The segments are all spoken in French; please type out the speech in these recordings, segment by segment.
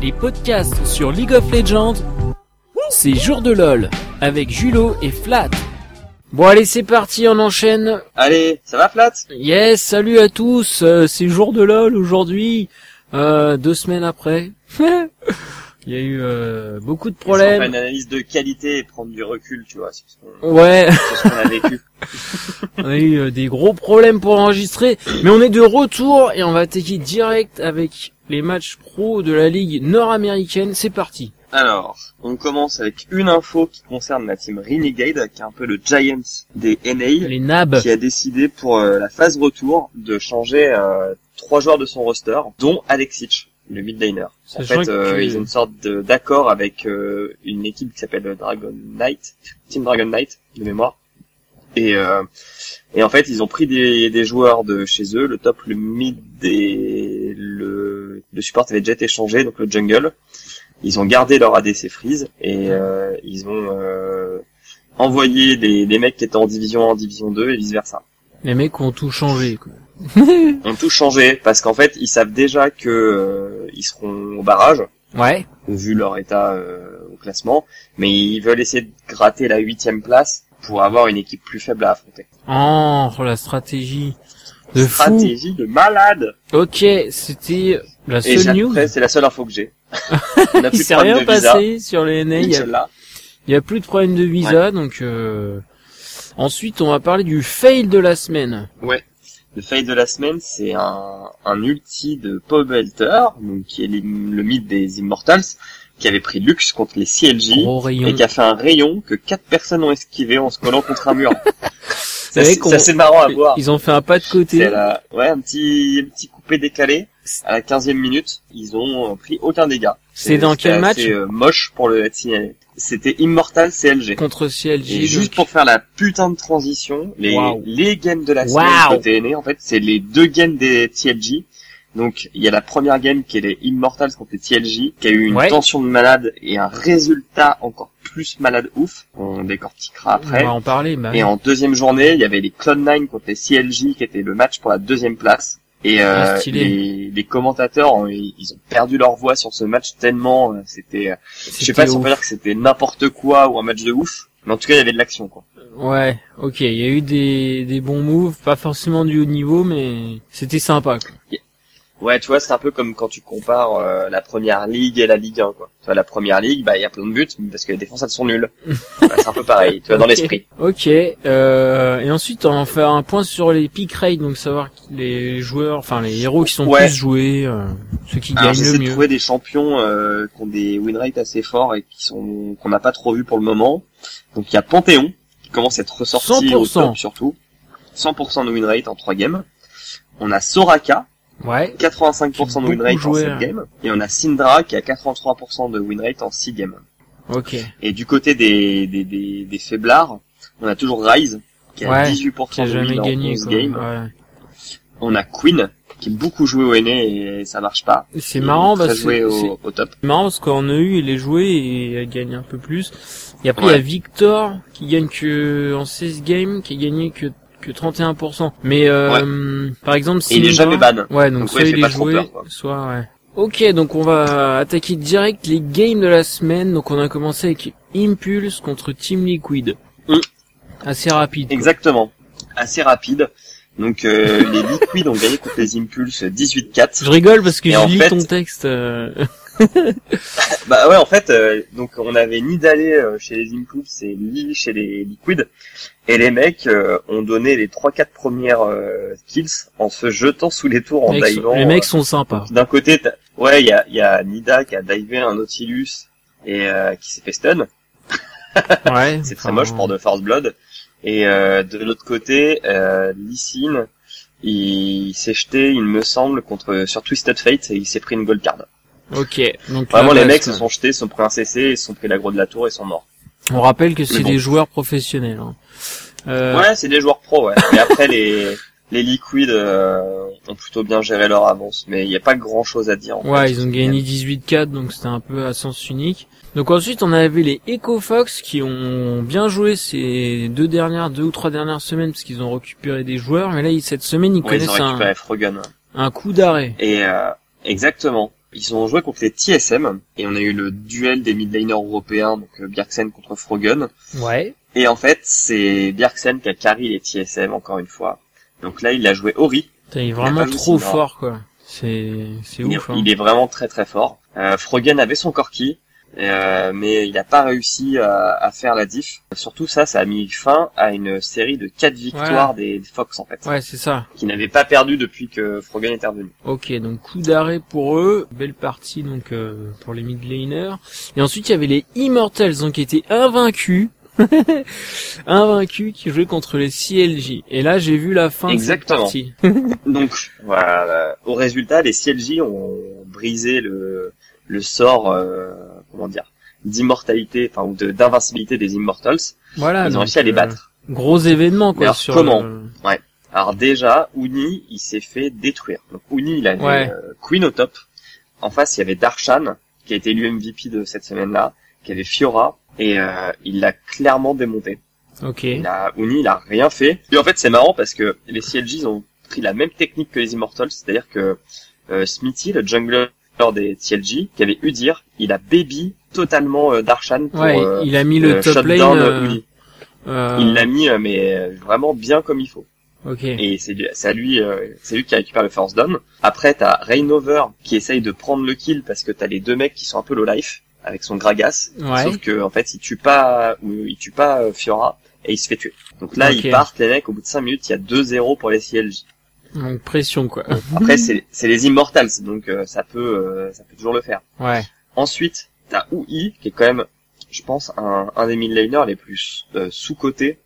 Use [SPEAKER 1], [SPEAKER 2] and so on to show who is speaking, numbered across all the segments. [SPEAKER 1] les podcasts sur League of Legends, c'est Jour de LOL avec Julo et Flat. Bon allez c'est parti, on enchaîne.
[SPEAKER 2] Allez, ça va Flat
[SPEAKER 1] Yes, salut à tous, euh, c'est Jour de LOL aujourd'hui, euh, deux semaines après. Il y a eu euh, beaucoup de
[SPEAKER 2] On fait
[SPEAKER 1] problèmes.
[SPEAKER 2] une analyse de qualité et prendre du recul, tu vois, sur ce qu'on
[SPEAKER 1] Ouais,
[SPEAKER 2] sur ce qu'on a vécu.
[SPEAKER 1] on a eu euh, des gros problèmes pour enregistrer, mais on est de retour et on va attaquer direct avec les matchs pro de la ligue nord-américaine. C'est parti.
[SPEAKER 2] Alors, on commence avec une info qui concerne la team Renegade, qui est un peu le Giants des NA,
[SPEAKER 1] Les nabs.
[SPEAKER 2] qui a décidé pour euh, la phase retour de changer euh, trois joueurs de son roster, dont Alexic, le midlaner. En
[SPEAKER 1] Sachant
[SPEAKER 2] fait, euh,
[SPEAKER 1] que-
[SPEAKER 2] ils ont une sorte de- d'accord avec euh, une équipe qui s'appelle Dragon Knight, Team Dragon Knight, de mémoire. Et, euh, et en fait, ils ont pris des, des joueurs de chez eux, le top, le mid et le, le support avait déjà été changé, donc le jungle. Ils ont gardé leur ADC freeze et euh, ils ont euh, envoyé des, des mecs qui étaient en division 1 en division 2 et vice versa.
[SPEAKER 1] Les mecs ont tout changé. Quoi.
[SPEAKER 2] Ont tout changé parce qu'en fait, ils savent déjà que euh, ils seront au barrage
[SPEAKER 1] Ouais.
[SPEAKER 2] vu leur état euh, au classement, mais ils veulent essayer de gratter la huitième place pour avoir une équipe plus faible à affronter.
[SPEAKER 1] Oh, la stratégie de fou.
[SPEAKER 2] Stratégie de malade.
[SPEAKER 1] Ok, c'était la
[SPEAKER 2] Et
[SPEAKER 1] seule news.
[SPEAKER 2] après, c'est la seule info que j'ai. On a
[SPEAKER 1] Il
[SPEAKER 2] plus de
[SPEAKER 1] s'est
[SPEAKER 2] problème
[SPEAKER 1] rien
[SPEAKER 2] de visa.
[SPEAKER 1] passé sur les NA. Il
[SPEAKER 2] Une
[SPEAKER 1] y a,
[SPEAKER 2] seule là.
[SPEAKER 1] il y a plus de problème de visa, donc. euh, Ensuite, on va parler du fail de la semaine.
[SPEAKER 2] Le fail de la semaine, c'est un, un ulti de Paul Belter, donc qui est l'im- le mythe des Immortals, qui avait pris Lux contre les CLJ.
[SPEAKER 1] Gros rayon.
[SPEAKER 2] Et qui a fait un rayon que quatre personnes ont esquivé en se collant contre un mur. ça,
[SPEAKER 1] vrai
[SPEAKER 2] c'est
[SPEAKER 1] qu'on-
[SPEAKER 2] ça, c'est marrant à voir.
[SPEAKER 1] Ils ont fait un pas de
[SPEAKER 2] C'est
[SPEAKER 1] côté.
[SPEAKER 2] la... ouais, un petit, un petit coupé décalé. À la 15e minute, ils ont euh, pris aucun dégât.
[SPEAKER 1] C'est dans
[SPEAKER 2] C'était
[SPEAKER 1] quel match
[SPEAKER 2] assez, euh, moche pour le être signalé. C'était Immortal CLG.
[SPEAKER 1] Contre CLG.
[SPEAKER 2] Et juste
[SPEAKER 1] donc.
[SPEAKER 2] pour faire la putain de transition, les,
[SPEAKER 1] Waouh.
[SPEAKER 2] les games de la
[SPEAKER 1] Waouh.
[SPEAKER 2] semaine côté NA, en fait, c'est les deux games des TLG. Donc, il y a la première game qui est les Immortals contre les TLG, qui a eu une
[SPEAKER 1] Ouais.
[SPEAKER 2] tension de malade et un résultat encore plus malade ouf. On décortiquera après.
[SPEAKER 1] On va en parler. Bah.
[SPEAKER 2] Et en deuxième journée, il y avait les Cloud9 contre les CLJ qui était le match pour la deuxième place. Et euh,
[SPEAKER 1] Ah, stylé.
[SPEAKER 2] les, les commentateurs, ont- ils ont perdu leur voix sur ce match tellement euh, c'était. euh, Je sais
[SPEAKER 1] C'était
[SPEAKER 2] pas si on
[SPEAKER 1] ouf.
[SPEAKER 2] peut dire que c'était n'importe quoi ou un match de ouf, mais en tout cas il y avait de l'action quoi.
[SPEAKER 1] Ouais, ok, il y a eu des, des bons moves, pas forcément du haut niveau, mais c'était sympa. Quoi.
[SPEAKER 2] Ouais, tu vois, c'est un peu comme quand tu compares euh, la première ligue et la Ligue 1 quoi. Tu vois, la première ligue, bah il y a plein de buts mais parce que les défenses elles sont nulles. Bah, c'est un peu pareil, tu vois, dans
[SPEAKER 1] Ok.
[SPEAKER 2] l'esprit.
[SPEAKER 1] Ok, euh, et ensuite on va faire un point sur les pick rates, donc savoir qui- les joueurs, enfin les héros qui sont
[SPEAKER 2] Ouais.
[SPEAKER 1] plus joués, euh, ceux qui
[SPEAKER 2] Alors
[SPEAKER 1] gagnent le
[SPEAKER 2] j'essaie de
[SPEAKER 1] mieux.
[SPEAKER 2] trouver des champions euh, qui ont des win rates assez forts et qui sont qu'on n'a pas trop vu pour le moment. Donc il y a Panthéon qui commence à être ressorti au
[SPEAKER 1] 100%.
[SPEAKER 2] top surtout. 100% de win rate en 3 games. On a Soraka,
[SPEAKER 1] Ouais,
[SPEAKER 2] 85% de win
[SPEAKER 1] Beaucoup
[SPEAKER 2] rate
[SPEAKER 1] joué,
[SPEAKER 2] en
[SPEAKER 1] hein.
[SPEAKER 2] 7 games. Et on a Syndra qui a 83% de win rate en 6 games.
[SPEAKER 1] ok.
[SPEAKER 2] Et du côté des, des, des, des faiblards, on a toujours Rise qui a
[SPEAKER 1] Ouais,
[SPEAKER 2] 18%
[SPEAKER 1] Qui a
[SPEAKER 2] de
[SPEAKER 1] jamais
[SPEAKER 2] win en
[SPEAKER 1] gagné
[SPEAKER 2] 11
[SPEAKER 1] quoi.
[SPEAKER 2] games.
[SPEAKER 1] Ouais.
[SPEAKER 2] On a Queen qui est beaucoup joué au NA et ça marche pas.
[SPEAKER 1] C'est
[SPEAKER 2] Il est
[SPEAKER 1] marrant
[SPEAKER 2] très
[SPEAKER 1] parce que
[SPEAKER 2] joué
[SPEAKER 1] c'est
[SPEAKER 2] au, au top.
[SPEAKER 1] c'est marrant parce qu'on a eu il est joué et elle gagne un peu plus. Et après il y a
[SPEAKER 2] Ouais.
[SPEAKER 1] Victor qui gagne que en 16 games, qui a gagné que que 31%. Mais euh, par exemple,
[SPEAKER 2] Et il est
[SPEAKER 1] Sindra-
[SPEAKER 2] jamais ban.
[SPEAKER 1] Ouais, donc,
[SPEAKER 2] Donc,
[SPEAKER 1] soit
[SPEAKER 2] ouais,
[SPEAKER 1] il
[SPEAKER 2] fait
[SPEAKER 1] est
[SPEAKER 2] pas trop
[SPEAKER 1] joué,
[SPEAKER 2] peur, quoi.
[SPEAKER 1] soit ouais. Ok, donc on va attaquer direct les games de la semaine. Donc on a commencé avec Impulse contre Team Liquid.
[SPEAKER 2] Mm.
[SPEAKER 1] Assez rapide. quoi.
[SPEAKER 2] Exactement. Assez rapide. Donc euh, les Liquids ont gagné contre les Impulses 18-4.
[SPEAKER 1] Je rigole parce que
[SPEAKER 2] Et
[SPEAKER 1] je
[SPEAKER 2] en
[SPEAKER 1] lis
[SPEAKER 2] fait-
[SPEAKER 1] ton texte. euh,
[SPEAKER 2] Bah ouais, en fait, euh, donc on avait Nidalé euh, chez les Impulses et Lily chez les Liquids. Et les mecs euh, ont donné les 3-4 premières euh, kills en se jetant sous les tours en
[SPEAKER 1] les mecs sont-
[SPEAKER 2] divant.
[SPEAKER 1] les
[SPEAKER 2] euh,
[SPEAKER 1] mecs sont sympas.
[SPEAKER 2] D'un côté, t'as- ouais, il y a, il y a Nida qui a divé un Nautilus et euh, qui s'est fait stun.
[SPEAKER 1] Ouais.
[SPEAKER 2] C'est très moche pour de Force Blood. Et euh, de l'autre côté, euh, Lissine, il, s'est jeté, il me semble, contre sur Twisted Fate et il s'est pris une gold
[SPEAKER 1] Ah,
[SPEAKER 2] card.
[SPEAKER 1] Ok. Donc bah,
[SPEAKER 2] Vraiment,
[SPEAKER 1] la base,
[SPEAKER 2] les mecs se
[SPEAKER 1] quoi.
[SPEAKER 2] sont jetés, se sont pris un CC, ils se sont pris l'agro de la tour et sont morts.
[SPEAKER 1] On rappelle que c'est
[SPEAKER 2] bon.
[SPEAKER 1] des joueurs professionnels. hein. Euh,
[SPEAKER 2] Ouais, c'est des joueurs pro, ouais. Mais après, les, les Liquids euh, ont plutôt bien géré leur avance. Mais il n'y a pas grand-chose à dire. en
[SPEAKER 1] Ouais,
[SPEAKER 2] fait.
[SPEAKER 1] ils ont gagné 18-4, donc c'était un peu à sens unique. Donc ensuite, on avait les Echo Fox qui ont bien joué ces deux dernières, deux ou trois dernières semaines, parce qu'ils ont récupéré des joueurs. Mais là, ils- cette semaine, ils
[SPEAKER 2] Ouais, ils ont
[SPEAKER 1] connaissent un,
[SPEAKER 2] récupéré Frogun.
[SPEAKER 1] un coup d'arrêt.
[SPEAKER 2] Et euh, exactement. Ils ont joué contre les TSM et on a eu le duel des mid laners européens, donc euh, Bjergsen contre Frogen.
[SPEAKER 3] Ouais.
[SPEAKER 2] Et en fait, c'est Bjergsen qui a carry les TSM encore une fois. Donc là, il a joué Ori.
[SPEAKER 1] Putain, il est
[SPEAKER 2] Il a
[SPEAKER 1] vraiment
[SPEAKER 2] pas joué
[SPEAKER 1] trop
[SPEAKER 2] Sidra.
[SPEAKER 1] fort, quoi. C'est, c'est
[SPEAKER 2] Il,
[SPEAKER 1] ouf, hein.
[SPEAKER 2] il est vraiment très très fort. Euh, Frogen avait son corki, euh, mais il n'a pas réussi à, à faire la diff. Surtout ça, ça a mis fin à une série de quatre victoires des, des Fox en fait,
[SPEAKER 1] Ouais, c'est ça.
[SPEAKER 2] qui n'avaient pas perdu depuis que Frogen est revenu.
[SPEAKER 1] Ok, donc coup d'arrêt pour eux, belle partie donc euh, pour les mid laners. Et ensuite il y avait les Immortals donc qui étaient invaincus, invaincus qui jouaient contre les CLJ. Et là j'ai vu la fin
[SPEAKER 2] Exactement.
[SPEAKER 1] de cette partie.
[SPEAKER 2] Donc voilà, au résultat, les CLJ ont brisé le, le sort, euh, comment dire, d'immortalité, enfin ou de- d'invincibilité des Immortals.
[SPEAKER 1] Voilà.
[SPEAKER 2] Ils ont
[SPEAKER 1] donc,
[SPEAKER 2] réussi à les
[SPEAKER 1] euh,
[SPEAKER 2] battre.
[SPEAKER 1] Gros événement
[SPEAKER 2] Mais
[SPEAKER 1] quoi.
[SPEAKER 2] alors,
[SPEAKER 1] Sur
[SPEAKER 2] comment
[SPEAKER 1] le-
[SPEAKER 2] Alors déjà, Uni, il s'est fait détruire. Donc Uni, il avait
[SPEAKER 1] Ouais.
[SPEAKER 2] euh, Queen au top. En face, il y avait Darshan, qui a été élu MVP de cette semaine-là, qui avait Fiora, et euh, il l'a clairement démonté.
[SPEAKER 1] Ok.
[SPEAKER 2] Il a, Uni, il a rien fait. Et en fait, c'est marrant parce que les CLG, ils ont pris la même technique que les Immortals, c'est-à-dire que euh, Smithy, le jungler des CLG, qui avait Udyr, il a baby totalement euh, Darshan pour
[SPEAKER 1] ouais,
[SPEAKER 2] euh,
[SPEAKER 1] il a mis
[SPEAKER 2] euh,
[SPEAKER 1] le top lane.
[SPEAKER 2] shutdown
[SPEAKER 1] euh,
[SPEAKER 2] Uni.
[SPEAKER 1] euh,
[SPEAKER 2] Il l'a mis, euh, mais euh, vraiment bien comme il faut.
[SPEAKER 1] Ok.
[SPEAKER 2] Et c'est lui- c'est à lui, euh, c'est lui qui récupère le first down. Après, t'as Rainover qui essaye de prendre le kill parce que t'as les deux mecs qui sont un peu low life avec son Gragas.
[SPEAKER 1] Ouais.
[SPEAKER 2] Sauf que en fait, il tue pas, ou il tue pas euh, Fiora et il se fait tuer. Donc là,
[SPEAKER 1] Ok.
[SPEAKER 2] ils partent les mecs. Au bout de 5 minutes, il y a 2-0 pour les CLJ.
[SPEAKER 1] Donc pression quoi.
[SPEAKER 2] Après, c'est c'est les Immortals, donc euh, ça peut, euh, ça peut toujours le faire.
[SPEAKER 1] Ouais.
[SPEAKER 2] Ensuite, t'as UI, qui est quand même, je pense, un, un des midlaners les plus euh, sous-cotés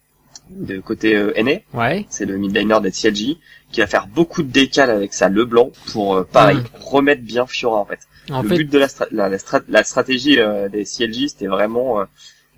[SPEAKER 2] de côté euh, NA
[SPEAKER 1] Ouais.
[SPEAKER 2] c'est le midliner des TLG, qui va faire beaucoup de décales avec sa Leblanc pour, euh, pareil,
[SPEAKER 1] Mm.
[SPEAKER 2] remettre bien Fiora, en fait.
[SPEAKER 1] En
[SPEAKER 2] le
[SPEAKER 1] fait.
[SPEAKER 2] but de la, stra- la, la stra- la stratégie euh, des CLG, c'était vraiment euh,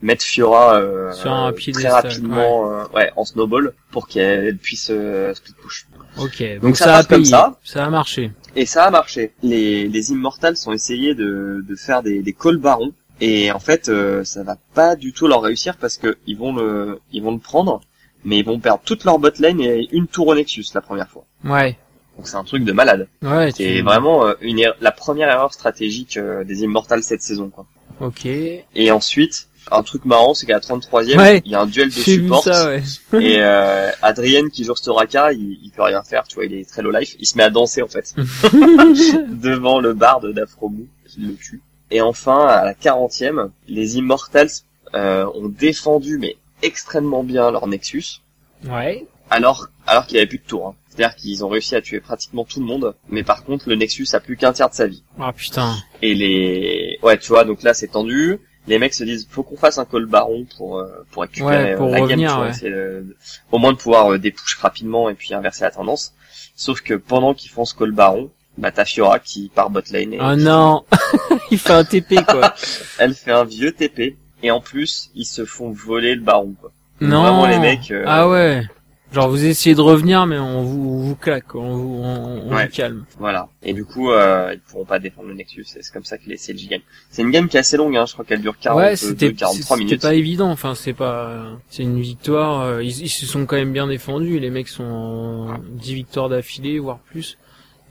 [SPEAKER 2] mettre Fiora euh,
[SPEAKER 1] Sur un
[SPEAKER 2] euh, très
[SPEAKER 1] piédestal,
[SPEAKER 2] rapidement euh, ouais, en snowball pour qu'elle puisse euh, split push.
[SPEAKER 1] Ok. Donc,
[SPEAKER 2] ça
[SPEAKER 1] ça a
[SPEAKER 2] marche comme
[SPEAKER 1] payé.
[SPEAKER 2] ça.
[SPEAKER 1] a marché.
[SPEAKER 2] Et ça a marché. Les, les Immortals ont essayé de, de faire des, des calls barons. Et en fait, euh, ça va pas du tout leur réussir parce que ils vont le, ils vont le prendre, mais ils vont perdre toute leur botlane et une tour au Nexus la première fois.
[SPEAKER 1] Ouais.
[SPEAKER 2] Donc c'est un truc de malade.
[SPEAKER 1] Ouais.
[SPEAKER 2] C'est
[SPEAKER 1] tu-
[SPEAKER 2] vraiment euh, une er- la première erreur stratégique euh, des Immortals cette saison. Quoi.
[SPEAKER 1] Ok.
[SPEAKER 2] Et ensuite, un truc marrant, c'est qu'à la 33e,
[SPEAKER 1] Ouais.
[SPEAKER 2] il y a un duel de
[SPEAKER 1] J'ai vu
[SPEAKER 2] support.
[SPEAKER 1] ça ouais.
[SPEAKER 2] Et euh, Adrien qui joue Soraka, il, il peut rien faire, tu vois, il est très low life. Il se met à danser en fait devant le bar de d'Afromou qui le tue. Et enfin, à la 40e, les Immortals euh, ont défendu mais extrêmement bien leur Nexus.
[SPEAKER 1] Ouais.
[SPEAKER 2] alors alors qu'il avait plus de tour. hein. C'est-à-dire qu'ils ont réussi à tuer pratiquement tout le monde, mais par contre le Nexus a plus qu'un tiers de sa vie.
[SPEAKER 1] Ah putain.
[SPEAKER 2] Et les ouais, tu vois, donc là c'est tendu. Les mecs se disent faut qu'on fasse un call baron pour euh, pour récupérer
[SPEAKER 1] Ouais, pour
[SPEAKER 2] euh, la
[SPEAKER 1] revenir,
[SPEAKER 2] game, tu vois,
[SPEAKER 1] ouais.
[SPEAKER 2] c'est le- au moins de pouvoir euh, dépush rapidement et puis inverser la tendance. Sauf que pendant qu'ils font ce call baron, bah t'as Fiora qui part bot lane et
[SPEAKER 1] Oh non. il fait un TP quoi.
[SPEAKER 2] elle fait un vieux TP et en plus ils se font voler le baron quoi. Donc,
[SPEAKER 1] non.
[SPEAKER 2] Vraiment les mecs. euh,
[SPEAKER 1] Ah ouais. Genre vous essayez de revenir mais on vous, on vous claque, quoi. on vous, on, on
[SPEAKER 2] Ouais.
[SPEAKER 1] vous calme.
[SPEAKER 2] Voilà. Et du coup, euh, ils pourront pas défendre le Nexus. et C'est comme ça qu'il essaie le game. C'est une game qui est assez longue, hein. Je crois qu'elle dure 40,
[SPEAKER 1] ouais,
[SPEAKER 2] euh,
[SPEAKER 1] c'était
[SPEAKER 2] 43
[SPEAKER 1] c'était
[SPEAKER 2] minutes.
[SPEAKER 1] pas évident. Enfin c'est pas, c'est une victoire. euh, Ils, ils se sont quand même bien défendus. Les mecs sont en 10 victoires d'affilée voire plus.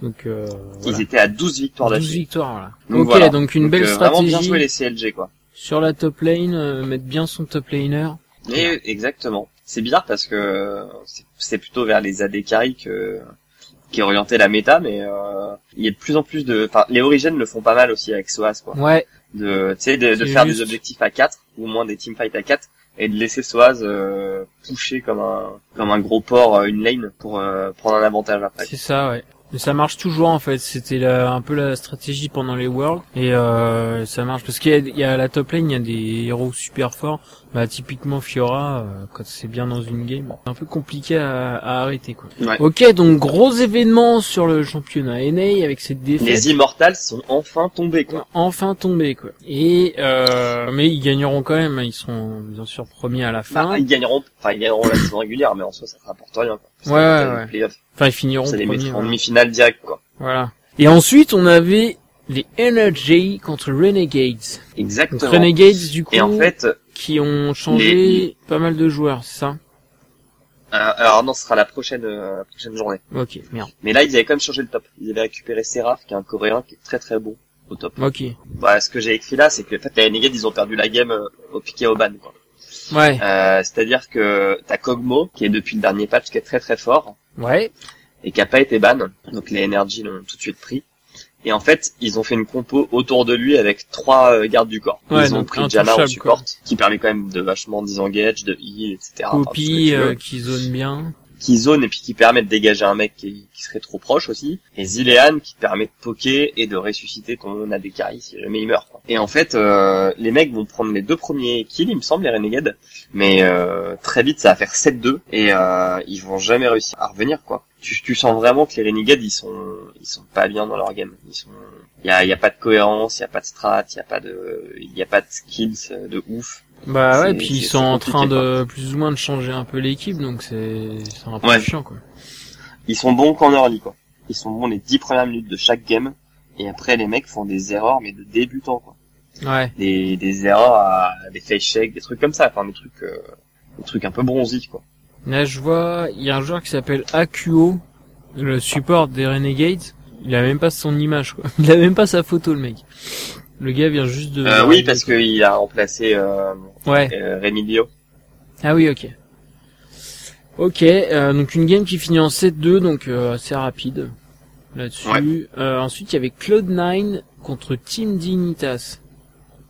[SPEAKER 1] Donc euh, voilà.
[SPEAKER 2] Ils étaient à 12 victoires
[SPEAKER 1] 12
[SPEAKER 2] d'affilée.
[SPEAKER 1] victoires voilà.
[SPEAKER 2] Donc
[SPEAKER 1] ok
[SPEAKER 2] voilà.
[SPEAKER 1] donc une
[SPEAKER 2] Donc,
[SPEAKER 1] belle
[SPEAKER 2] euh, Vraiment
[SPEAKER 1] stratégie
[SPEAKER 2] bien joué les CLG, quoi.
[SPEAKER 1] sur la top lane, euh, mettre bien son top laner.
[SPEAKER 2] Et exactement. C'est bizarre parce que euh, c'est- c'est plutôt vers les AD carry que qui est orienté la méta, mais euh, il y a de plus en plus de. Enfin, les origines le font pas mal aussi avec Soas, quoi.
[SPEAKER 1] Ouais.
[SPEAKER 2] De, tu sais, de, de
[SPEAKER 1] C'est
[SPEAKER 2] faire
[SPEAKER 1] juste.
[SPEAKER 2] des objectifs à 4 ou au moins des teamfights à 4 et de laisser Soaz euh, pousser comme un comme un gros porc euh, une lane pour euh, prendre un avantage après.
[SPEAKER 1] C'est ça, ouais. Mais ça marche toujours en fait. C'était la- un peu la stratégie pendant les Worlds et euh, ça marche parce qu'il y a, il y a la top lane, il y a des héros super forts. Bah typiquement Fiora, euh, quand c'est bien dans une game, c'est un peu compliqué à, à arrêter quoi.
[SPEAKER 2] Ouais.
[SPEAKER 1] Ok, donc gros événement sur le championnat NA avec cette défaite.
[SPEAKER 2] Les Immortals sont enfin tombés, quoi.
[SPEAKER 1] Enfin tombés quoi. Et euh, mais ils gagneront quand même. hein. Ils seront bien sûr premiers à la fin.
[SPEAKER 2] Enfin, Bah, ils gagneront, enfin, ils gagneront la saison régulière, mais en soi, ça ne rapporte rien, quoi. Parce
[SPEAKER 1] Ouais,
[SPEAKER 2] que
[SPEAKER 1] ouais,
[SPEAKER 2] les
[SPEAKER 1] ouais.
[SPEAKER 2] playoffs,
[SPEAKER 1] Enfin ils finiront
[SPEAKER 2] ça les
[SPEAKER 1] premiers.
[SPEAKER 2] met en
[SPEAKER 1] voilà.
[SPEAKER 2] demi-finale direct, quoi.
[SPEAKER 1] Voilà. Et ensuite, on avait les Energy contre Renegades. Donc,
[SPEAKER 2] Exactement.
[SPEAKER 1] Renegades, du coup,
[SPEAKER 2] Et en fait, euh,
[SPEAKER 1] qui ont changé
[SPEAKER 2] les-
[SPEAKER 1] pas mal de joueurs, c'est ça
[SPEAKER 2] alors non, ce sera la prochaine, euh, la prochaine journée.
[SPEAKER 1] Ok, merde.
[SPEAKER 2] Mais là, ils avaient quand même changé le top. Ils avaient récupéré Seraph, qui est un coréen qui est très très bon. au top.
[SPEAKER 1] Ok.
[SPEAKER 2] Bah, ce que j'ai écrit là, c'est que en fait, les Renegades, ils ont perdu la game euh, au piqué au ban. Quoi.
[SPEAKER 1] Ouais.
[SPEAKER 2] Euh, C'est-à-dire que t'as Kog'Maw, qui est depuis le dernier patch, qui est très très fort,
[SPEAKER 1] Ouais.
[SPEAKER 2] et qui a pas été ban. Donc les Energy l'ont tout de suite pris. Et en fait, ils ont fait une compo autour de lui avec trois euh, gardes du corps.
[SPEAKER 1] Ouais,
[SPEAKER 2] ils ont
[SPEAKER 1] donc
[SPEAKER 2] pris Janna en
[SPEAKER 1] intouchable,
[SPEAKER 2] support, qui permet quand même de vachement disengage, de heal, etc. Enfin, tout ce Ah, que
[SPEAKER 1] Copie
[SPEAKER 2] tu veux.
[SPEAKER 1] euh, qui zone bien.
[SPEAKER 2] qui zone et puis qui permet de dégager un mec qui, qui serait trop proche aussi. Et Zilean qui te permet de poker et de ressusciter ton ADKI si jamais il meurt. quoi. Et en fait, euh, les mecs vont prendre les deux premiers kills, il me semble, les Renegades. Mais euh, très vite, ça va faire 7-2 et euh, ils vont jamais réussir à revenir quoi. Tu, tu sens vraiment que les Renegades ils sont ils sont pas bien dans leur game. Ils sont il y a, il y a pas de cohérence, il y a pas de strat, il y a pas de il y a pas de skills de ouf.
[SPEAKER 1] Bah ouais,
[SPEAKER 2] C'est-
[SPEAKER 1] puis
[SPEAKER 2] c'est-
[SPEAKER 1] ils
[SPEAKER 2] c'est
[SPEAKER 1] sont en
[SPEAKER 2] compliqué,
[SPEAKER 1] train de plus ou moins de changer un peu l'équipe, donc c'est c'est un peu
[SPEAKER 2] Ouais.
[SPEAKER 1] chiant quoi.
[SPEAKER 2] ils sont bons qu'en early quoi. Ils sont bons les 10 premières minutes de chaque game et après les mecs font des erreurs mais de débutants quoi.
[SPEAKER 1] Ouais.
[SPEAKER 2] Des, des erreurs à des face shakes, des trucs comme ça, enfin des trucs euh, des trucs un peu bronzy quoi.
[SPEAKER 1] Là je vois, il y a un joueur qui s'appelle AQO, le support des Renegades. Il a même pas son image quoi. Il a même pas sa photo le mec. Le gars vient juste de.
[SPEAKER 2] Euh, oui parce qu'il a remplacé euh,
[SPEAKER 1] Ouais.
[SPEAKER 2] euh, Remilio.
[SPEAKER 1] Ah oui, ok. Ok, euh, donc une game qui finit en 7-2, donc euh, assez rapide là-dessus.
[SPEAKER 2] Ouais.
[SPEAKER 1] Euh, ensuite, il y avait Cloud9 contre Team Dignitas.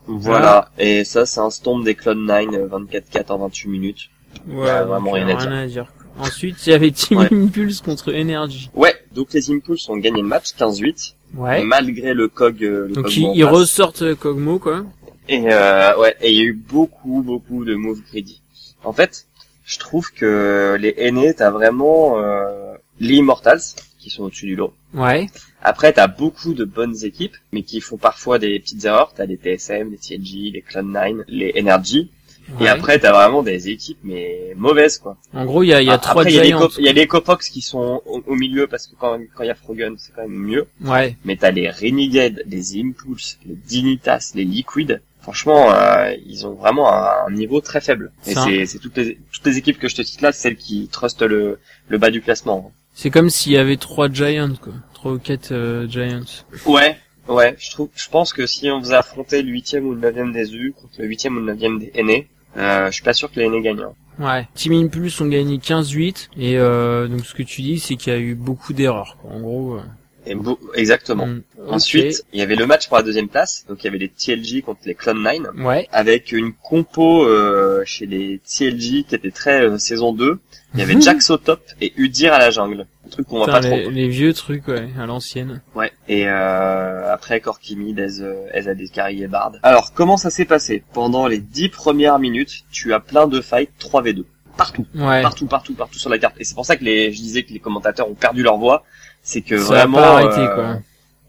[SPEAKER 2] Voilà, et ça c'est un stomp des Clone 9 euh, 24-4 en 28 minutes.
[SPEAKER 1] Ouais,
[SPEAKER 2] Bah, vraiment
[SPEAKER 1] donc,
[SPEAKER 2] rien à
[SPEAKER 1] euh,
[SPEAKER 2] dire.
[SPEAKER 1] Ensuite, il y avait Team
[SPEAKER 2] Ouais.
[SPEAKER 1] Impulse contre Energy.
[SPEAKER 2] Ouais, donc les Impulse ont gagné le match 15-8
[SPEAKER 1] Ouais.
[SPEAKER 2] malgré le cog euh, le
[SPEAKER 1] Donc
[SPEAKER 2] cog
[SPEAKER 1] ils,
[SPEAKER 2] bon
[SPEAKER 1] ils
[SPEAKER 2] pass.
[SPEAKER 1] ressortent euh, Kogmo, quoi.
[SPEAKER 2] Et euh, ouais, et il y a eu beaucoup, beaucoup de moves greedy. En fait, je trouve que les aînés, t'as vraiment euh, les Immortals qui sont au-dessus du lot.
[SPEAKER 1] Ouais.
[SPEAKER 2] Après, t'as beaucoup de bonnes équipes, mais qui font parfois des petites erreurs. T'as les TSM, les TNG, les Clone9, les Energy.
[SPEAKER 1] ouais.
[SPEAKER 2] Et après, t'as vraiment des équipes, mais mauvaises, quoi.
[SPEAKER 1] en gros, il y a, il y a
[SPEAKER 2] Ah,
[SPEAKER 1] trois
[SPEAKER 2] après, il y a les
[SPEAKER 1] giants.
[SPEAKER 2] cop- il y a les Copox qui sont au, au milieu, parce que quand quand il y a Frogun, c'est quand même mieux.
[SPEAKER 1] Ouais.
[SPEAKER 2] Mais t'as les Renegades, les Impulse, les Dignitas, les Liquid. Franchement, euh, ils ont vraiment un, un niveau très faible. Et
[SPEAKER 1] Ça.
[SPEAKER 2] c'est c'est toutes les, toutes les équipes que je te cite là, c'est celles qui trustent le, le bas du classement.
[SPEAKER 1] C'est comme s'il y avait trois giants, quoi. Trois ou quatre euh, giants.
[SPEAKER 2] Ouais, ouais. Je trouve, je pense que si on faisait affronter le huitième ou le neuvième des U contre le huitième ou le neuvième des aînés, euh, je suis pas sûr que les aînés gagnent. hein.
[SPEAKER 1] Ouais. Team Impulse ont gagné 15-8 et euh, donc ce que tu dis c'est qu'il y a eu beaucoup d'erreurs. quoi. En gros. euh,
[SPEAKER 2] Et beau- exactement.
[SPEAKER 1] mm. Ok.
[SPEAKER 2] Ensuite, il y avait le match pour la deuxième place. Donc il y avait les TLG contre les Clone 9.
[SPEAKER 1] Ouais.
[SPEAKER 2] avec une compo euh, chez les TLG qui était très euh, saison 2. Il y avait Jax au top et Udir à la jungle. Un truc qu'on voit
[SPEAKER 1] Putain,
[SPEAKER 2] pas
[SPEAKER 1] les,
[SPEAKER 2] trop.
[SPEAKER 1] les vieux trucs ouais, à l'ancienne.
[SPEAKER 2] Ouais. Et euh, après Korkimi, Dez, euh, Ez Adekari et Bard. Alors comment ça s'est passé Pendant les 10 premières minutes, tu as plein de fights 3v2. Partout,
[SPEAKER 1] Ouais.
[SPEAKER 2] partout, partout, partout sur la carte. Et c'est pour ça que les, je disais que les commentateurs ont perdu leur voix. C'est que
[SPEAKER 1] ça
[SPEAKER 2] vraiment...
[SPEAKER 1] a pas arrêté
[SPEAKER 2] euh,
[SPEAKER 1] quoi.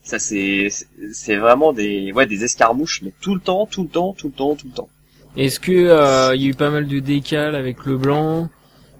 [SPEAKER 2] Ça c'est c'est vraiment des ouais des escarmouches mais tout le temps tout le temps tout le temps tout le temps.
[SPEAKER 1] Est-ce que euh, il y a eu pas mal de décales avec le blanc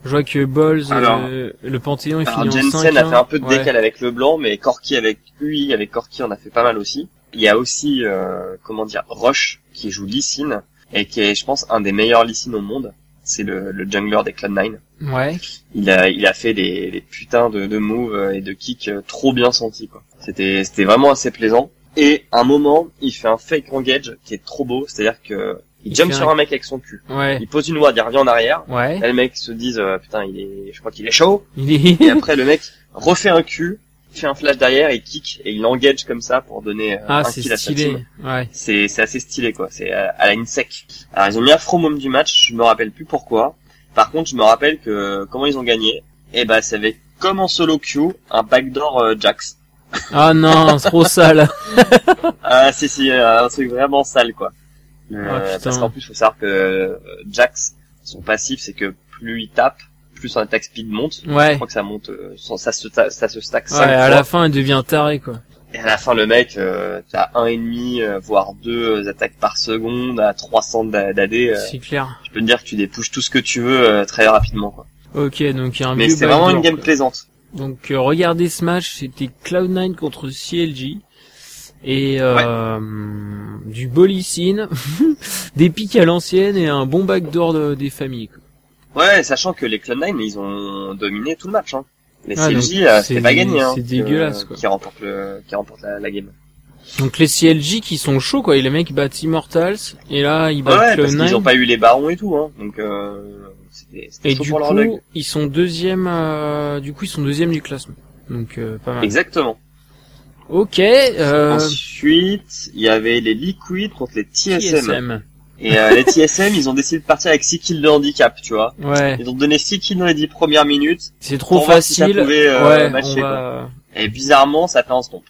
[SPEAKER 1] Je vois que Balls, euh,
[SPEAKER 2] Alors-
[SPEAKER 1] le Panthéon est
[SPEAKER 2] Alors
[SPEAKER 1] fini en hein. 5.
[SPEAKER 2] Bah, Jensen a fait un peu de
[SPEAKER 1] ouais.
[SPEAKER 2] décal avec le blanc, mais Corky avec UI, avec Corky on a fait pas mal aussi. Il y a aussi, euh, comment dire, Rush qui joue Lee Sin et qui est, je pense, un des meilleurs Lee Sin au monde. C'est le, le jungler des Cloud9.
[SPEAKER 1] Ouais.
[SPEAKER 2] Il a, il a fait des, des putains de, de moves et de kicks euh, trop bien sentis. quoi. C'était, c'était vraiment assez plaisant. Et à un moment, il fait un fake engage qui est trop beau, c'est-à-dire que il,
[SPEAKER 1] Il
[SPEAKER 2] jump
[SPEAKER 1] fait
[SPEAKER 2] sur
[SPEAKER 1] un-
[SPEAKER 2] un mec avec son cul.
[SPEAKER 1] Ouais.
[SPEAKER 2] Il pose une ward, il revient en arrière.
[SPEAKER 1] Ouais.
[SPEAKER 2] Là, les mecs se disent, euh, putain, il est, je crois qu'il est chaud.
[SPEAKER 1] Il est.
[SPEAKER 2] Et après, le mec refait un cul, fait un flash derrière et kick et il engage comme ça pour donner euh,
[SPEAKER 1] ah
[SPEAKER 2] un
[SPEAKER 1] c'est
[SPEAKER 2] kill à sa team.
[SPEAKER 1] stylé. Ouais.
[SPEAKER 2] C'est c'est assez stylé quoi. C'est à, à la insec. Alors ils ont mis un from home du match. Je me rappelle plus pourquoi. Par contre, je me rappelle que euh, comment ils ont gagné. Et bah, ça avait comme en solo queue un backdoor euh, Jax.
[SPEAKER 1] Ah non, c'est trop sale.
[SPEAKER 2] Ah si si, euh, un truc vraiment sale quoi.
[SPEAKER 1] Ah,
[SPEAKER 2] Euh,
[SPEAKER 1] putain.
[SPEAKER 2] parce qu'en plus, faut savoir que euh, Jax, son passif, c'est que plus il tape, plus son attaque speed monte. Je
[SPEAKER 1] Ouais.
[SPEAKER 2] crois que ça monte, euh, ça se, ta- ça se stack 5
[SPEAKER 1] Ouais, à
[SPEAKER 2] fois.
[SPEAKER 1] la fin, il devient taré quoi.
[SPEAKER 2] Et à la fin, le mec, euh, t'as un et demi, euh, voire deux euh, attaques par seconde, à 300 d'a- d'AD. euh,
[SPEAKER 1] C'est clair.
[SPEAKER 2] je peux te dire que tu dépouches tout ce que tu veux euh, très rapidement. Quoi.
[SPEAKER 1] Ok, donc il y a un
[SPEAKER 2] Mais
[SPEAKER 1] vieux
[SPEAKER 2] c'est vraiment une
[SPEAKER 1] backdoor,
[SPEAKER 2] game
[SPEAKER 1] quoi.
[SPEAKER 2] plaisante.
[SPEAKER 1] Donc euh, regardez ce match, c'était Cloud9 contre CLG et euh, du bolicine, des pics à l'ancienne et un bon backdoor de- des familles. quoi.
[SPEAKER 2] Ouais, sachant que les Clone9, ils ont dominé tout le match. Hein. Les
[SPEAKER 1] Ah, donc
[SPEAKER 2] CLJ, euh,
[SPEAKER 1] c'est-
[SPEAKER 2] c'était pas gagné. Hein,
[SPEAKER 1] c'est
[SPEAKER 2] que-
[SPEAKER 1] dégueulasse, quoi.
[SPEAKER 2] Qui remporte, le, qui remporte la, la game.
[SPEAKER 1] Donc les CLJ qui sont chauds quoi, et les mecs ils battent Immortals et là ils
[SPEAKER 2] Ah
[SPEAKER 1] battent
[SPEAKER 2] ouais,
[SPEAKER 1] le
[SPEAKER 2] parce qu'ils
[SPEAKER 1] Bah, Nine.
[SPEAKER 2] ont pas eu les barons et tout, hein. Donc, euh, c'était c'était
[SPEAKER 1] Et
[SPEAKER 2] chaud
[SPEAKER 1] du
[SPEAKER 2] pour leur
[SPEAKER 1] coup
[SPEAKER 2] lug.
[SPEAKER 1] ils sont deuxième, euh, du coup ils sont deuxième du classement. Donc euh, pas mal.
[SPEAKER 2] Exactement.
[SPEAKER 1] Ok. Euh,
[SPEAKER 2] Ensuite, il y avait les Liquid contre les TSM.
[SPEAKER 1] TSM.
[SPEAKER 2] Et euh, les TSM, ils ont décidé de partir avec 6 kills de handicap, tu vois.
[SPEAKER 1] Ouais,
[SPEAKER 2] Ils ont donné 6 kills dans les 10 premières minutes.
[SPEAKER 1] c'est trop
[SPEAKER 2] pour voir si ça
[SPEAKER 1] facile.
[SPEAKER 2] pouvait, euh,
[SPEAKER 1] ouais,
[SPEAKER 2] matcher,
[SPEAKER 1] on va.
[SPEAKER 2] Et bizarrement, ça fait un stomp.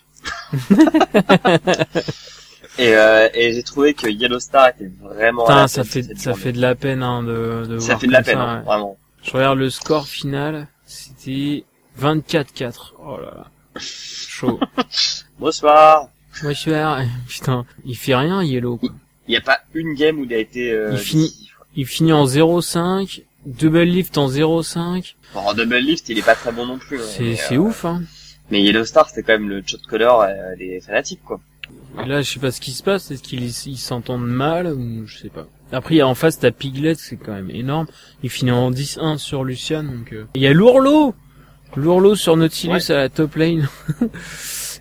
[SPEAKER 2] et euh, et j'ai trouvé que Yellowstar était vraiment... à
[SPEAKER 1] Putain,
[SPEAKER 2] la tête
[SPEAKER 1] ça
[SPEAKER 2] de
[SPEAKER 1] fait
[SPEAKER 2] cette
[SPEAKER 1] ça
[SPEAKER 2] journée.
[SPEAKER 1] fait de la peine hein, de de
[SPEAKER 2] Ça
[SPEAKER 1] voir
[SPEAKER 2] fait de la
[SPEAKER 1] comme
[SPEAKER 2] peine,
[SPEAKER 1] ça,
[SPEAKER 2] hein,
[SPEAKER 1] ouais.
[SPEAKER 2] vraiment.
[SPEAKER 1] Je regarde le score final, c'était 24-4. Oh là là. Chaud.
[SPEAKER 2] Bonsoir.
[SPEAKER 1] Monsieur R, putain, il fait rien Yellow. quoi.
[SPEAKER 2] Il n'y a pas une game où il a été... euh,
[SPEAKER 1] Il finit.
[SPEAKER 2] décisif.
[SPEAKER 1] Il finit en 0,5, double lift en 0,5.
[SPEAKER 2] Bon, en double lift, il est pas très bon non plus. hein,
[SPEAKER 1] C'est
[SPEAKER 2] mais,
[SPEAKER 1] c'est
[SPEAKER 2] euh,
[SPEAKER 1] ouf, hein.
[SPEAKER 2] Mais Yellowstar, c'était quand même le shot caller euh, des fanatiques, quoi.
[SPEAKER 1] Et là, je sais pas ce qui se passe. Est-ce qu'ils ils s'entendent mal ou je sais pas. Après, il y a en face, t'as Piglet, c'est quand même énorme. Il finit en 10-1 sur Lucian. Donc, euh. Il y a Lourlo Lourlo sur Nautilus
[SPEAKER 2] Ouais.
[SPEAKER 1] à la top lane.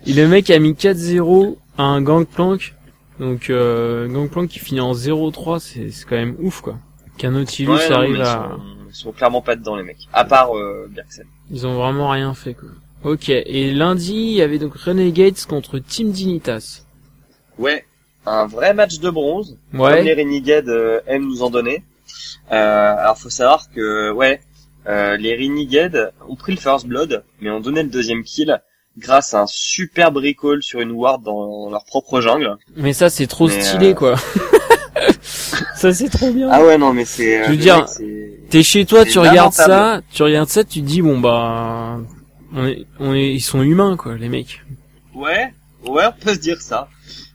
[SPEAKER 1] Et le mec a mis 4-0 à un Gangplank. Donc, euh, Gangplank qui finit en 0-3, c'est c'est quand même ouf, quoi. Qu'un Nautilus
[SPEAKER 2] Ouais, non,
[SPEAKER 1] arrive
[SPEAKER 2] mais
[SPEAKER 1] à...
[SPEAKER 2] Ils sont, ils sont clairement pas dedans, les mecs. À part euh, Bjergsen.
[SPEAKER 1] Ils ont vraiment rien fait quoi. Ok, et lundi, il y avait donc Renegades contre Team Dignitas.
[SPEAKER 2] Ouais, un vrai match de bronze. Comme les
[SPEAKER 1] Ouais,
[SPEAKER 2] Renegades euh, aiment nous en donner. Euh, alors, faut savoir que, ouais, euh, les Renegades ont pris le first blood, mais ont donné le deuxième kill grâce à un superbe recall sur une ward dans leur propre jungle.
[SPEAKER 1] mais ça c'est trop
[SPEAKER 2] Mais,
[SPEAKER 1] stylé
[SPEAKER 2] euh,
[SPEAKER 1] quoi. ça c'est trop bien.
[SPEAKER 2] Ah ouais, non, mais c'est... euh,
[SPEAKER 1] Je veux
[SPEAKER 2] les
[SPEAKER 1] dire,
[SPEAKER 2] mecs, c'est-
[SPEAKER 1] T'es chez toi,
[SPEAKER 2] c'est
[SPEAKER 1] tu regardes ça,
[SPEAKER 2] lamentable.
[SPEAKER 1] tu regardes ça, tu te dis bon bah on est, on est, ils sont humains quoi les mecs.
[SPEAKER 2] Ouais, ouais, on peut se dire ça.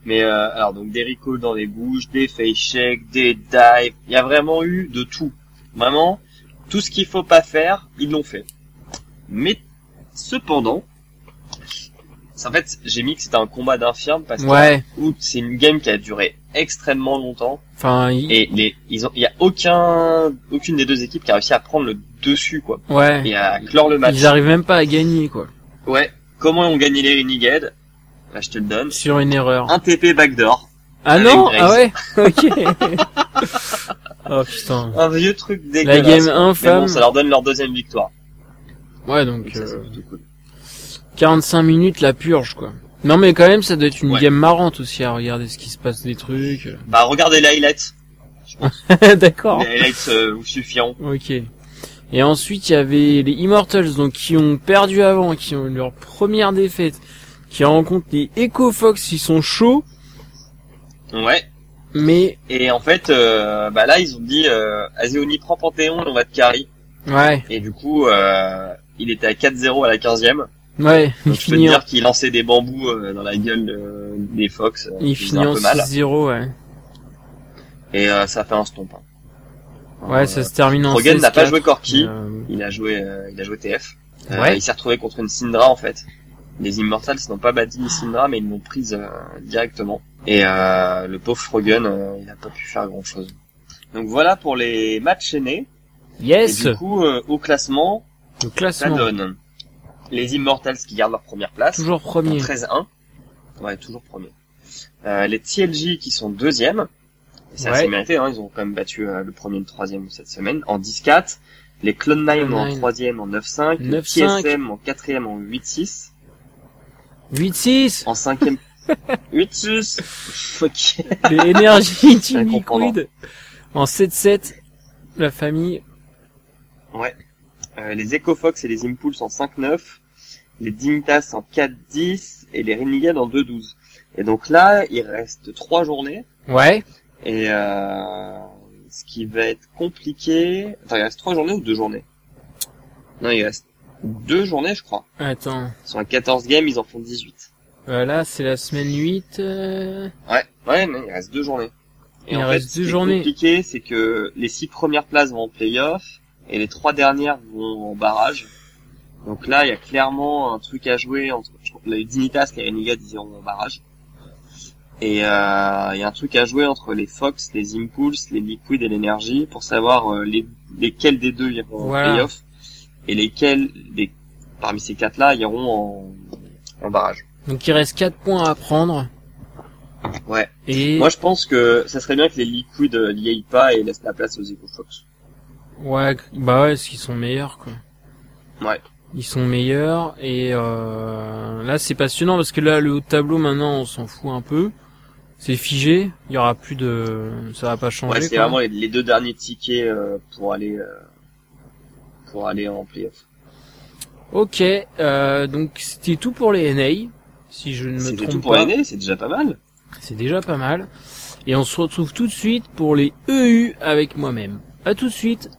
[SPEAKER 2] Mais euh, alors donc des recalls dans les bouches, des face checks, des dives, il y a vraiment eu de tout. Vraiment, tout ce qu'il faut pas faire, ils l'ont fait. Mais cependant, en fait, j'ai mis que c'était un combat d'infirme parce que
[SPEAKER 1] Ouais.
[SPEAKER 2] oups, c'est une game qui a duré extrêmement longtemps
[SPEAKER 1] Enfin, ils-
[SPEAKER 2] et les, ils ont, il y a aucun, aucune des deux équipes qui a réussi à prendre le dessus quoi
[SPEAKER 1] ouais.
[SPEAKER 2] et à clore le match.
[SPEAKER 1] Ils arrivent même pas à gagner quoi
[SPEAKER 2] Ouais. Comment ont gagné les Renegades Là, je te le donne.
[SPEAKER 1] sur une erreur.
[SPEAKER 2] Un TP backdoor.
[SPEAKER 1] Ah
[SPEAKER 2] avec
[SPEAKER 1] non,
[SPEAKER 2] Grace.
[SPEAKER 1] ah ouais. Ok. oh putain.
[SPEAKER 2] un vieux truc
[SPEAKER 1] La
[SPEAKER 2] dégueulasse.
[SPEAKER 1] game
[SPEAKER 2] Mais
[SPEAKER 1] infâme.
[SPEAKER 2] bon, ça leur donne leur deuxième victoire.
[SPEAKER 1] Ouais donc.
[SPEAKER 2] Ça,
[SPEAKER 1] euh,
[SPEAKER 2] c'est plutôt cool.
[SPEAKER 1] 45 minutes la purge quoi. Non mais quand même ça doit être une
[SPEAKER 2] Ouais.
[SPEAKER 1] game marrante aussi à regarder ce qui se passe des trucs.
[SPEAKER 2] Bah, regardez les highlights.
[SPEAKER 1] D'accord.
[SPEAKER 2] Les highlights euh, vous suffiront.
[SPEAKER 1] Ok. Et ensuite il y avait les Immortals donc qui ont perdu avant, qui ont eu leur première défaite, qui rencontrent les Echo Fox, ils sont chauds,
[SPEAKER 2] Ouais.
[SPEAKER 1] mais
[SPEAKER 2] Et en fait, euh, bah là, ils ont dit, euh, Azéoni prend Panthéon et on va te carry.
[SPEAKER 1] ouais,
[SPEAKER 2] Et du coup, euh, il était à 4-0 à la 15ème.
[SPEAKER 1] ouais, il
[SPEAKER 2] Donc, je peux te
[SPEAKER 1] finit en,
[SPEAKER 2] dire qu'il lançait des bambous euh, dans la gueule euh, des Fox. euh,
[SPEAKER 1] il
[SPEAKER 2] qui
[SPEAKER 1] finit
[SPEAKER 2] faisait un
[SPEAKER 1] en
[SPEAKER 2] peu mal.
[SPEAKER 1] 6-0 ouais.
[SPEAKER 2] Et euh, ça fait un stomp. hein.
[SPEAKER 1] Ouais, ça se termine en
[SPEAKER 2] Euh, Rogan
[SPEAKER 1] 16
[SPEAKER 2] n'a pas joué Corki.
[SPEAKER 1] euh,
[SPEAKER 2] Il a joué, euh, il a joué TF. Euh,
[SPEAKER 1] Ouais.
[SPEAKER 2] Il s'est retrouvé contre une Syndra en fait. Les Immortals n'ont pas battu une Syndra, mais ils l'ont prise euh, directement. Et euh, le pauvre Frogan, euh, il n'a pas pu faire grand chose. Donc voilà pour les matchs aînés.
[SPEAKER 1] Yes,
[SPEAKER 2] Et du coup, euh, au classement,
[SPEAKER 1] le
[SPEAKER 2] ça
[SPEAKER 1] classement
[SPEAKER 2] donne les Immortals qui gardent leur première place.
[SPEAKER 1] toujours
[SPEAKER 2] en
[SPEAKER 1] premier.
[SPEAKER 2] 13-1. Ouais, toujours premier. Euh, les TLJ qui sont deuxième. Et c'est
[SPEAKER 1] Ouais.
[SPEAKER 2] assez mérité, hein, ils ont quand même battu euh, le premier et le troisième cette semaine en 10-4. Les Clone 9 en
[SPEAKER 1] Clone9.
[SPEAKER 2] troisième en 9-5. Les
[SPEAKER 1] 9-5.
[SPEAKER 2] TSM en quatrième en 8-6.
[SPEAKER 1] 8-6,
[SPEAKER 2] En cinquième... 8-6 Fuck
[SPEAKER 1] les énergies Team
[SPEAKER 2] Incompréhensible.
[SPEAKER 1] Liquid en 7-7, la famille
[SPEAKER 2] Euh, Les Ecofox et les Impulse en 5-9. Les Dignitas en 4-10. Et les Renegades en 2-12. Et donc là, il reste trois journées.
[SPEAKER 1] Ouais,
[SPEAKER 2] Et euh, ce qui va être compliqué. Attends, il reste trois journées ou deux journées Non, il reste deux journées, je crois.
[SPEAKER 1] attends.
[SPEAKER 2] Ils sont à 14 games, ils en font 18.
[SPEAKER 1] Euh, là, c'est la semaine 8. euh,
[SPEAKER 2] Ouais, ouais, mais il reste deux journées.
[SPEAKER 1] Il reste
[SPEAKER 2] ce
[SPEAKER 1] deux
[SPEAKER 2] qui est
[SPEAKER 1] journées.
[SPEAKER 2] compliqué, c'est que les six premières places vont en playoff et les trois dernières vont en barrage. Donc là, il y a clairement un truc à jouer entre je crois que les Dignitas, les Renegades, ils iront en barrage. Et euh, il y a un truc à jouer entre les Fox, les Impulse, les Liquid et l'énergie pour savoir euh, les, lesquels des deux iront
[SPEAKER 1] Voilà.
[SPEAKER 2] en playoff et lesquels des, parmi ces quatre-là iront en, en barrage.
[SPEAKER 1] Donc il reste 4 points à prendre.
[SPEAKER 2] Ouais.
[SPEAKER 1] Et
[SPEAKER 2] Moi, je pense que ça serait bien que les liquides euh, n'y aillent pas et laissent la place aux EcoFox.
[SPEAKER 1] ouais, bah ouais, parce qu'ils sont meilleurs quoi.
[SPEAKER 2] Ouais.
[SPEAKER 1] Ils sont meilleurs et euh, là c'est passionnant parce que là le haut de tableau maintenant on s'en fout un peu. C'est figé, il y aura plus de, ça va pas changer.
[SPEAKER 2] Ouais, c'est
[SPEAKER 1] quoi.
[SPEAKER 2] vraiment les, les deux derniers tickets euh, pour aller euh, pour aller en playoff.
[SPEAKER 1] Ok, euh, donc c'était tout pour les NA, si je ne me
[SPEAKER 2] C'était
[SPEAKER 1] trompe
[SPEAKER 2] tout pour
[SPEAKER 1] pas.
[SPEAKER 2] l'année, c'est déjà pas mal.
[SPEAKER 1] C'est déjà pas mal. Et on se retrouve tout de E suite pour les EU avec moi-même. À tout de suite.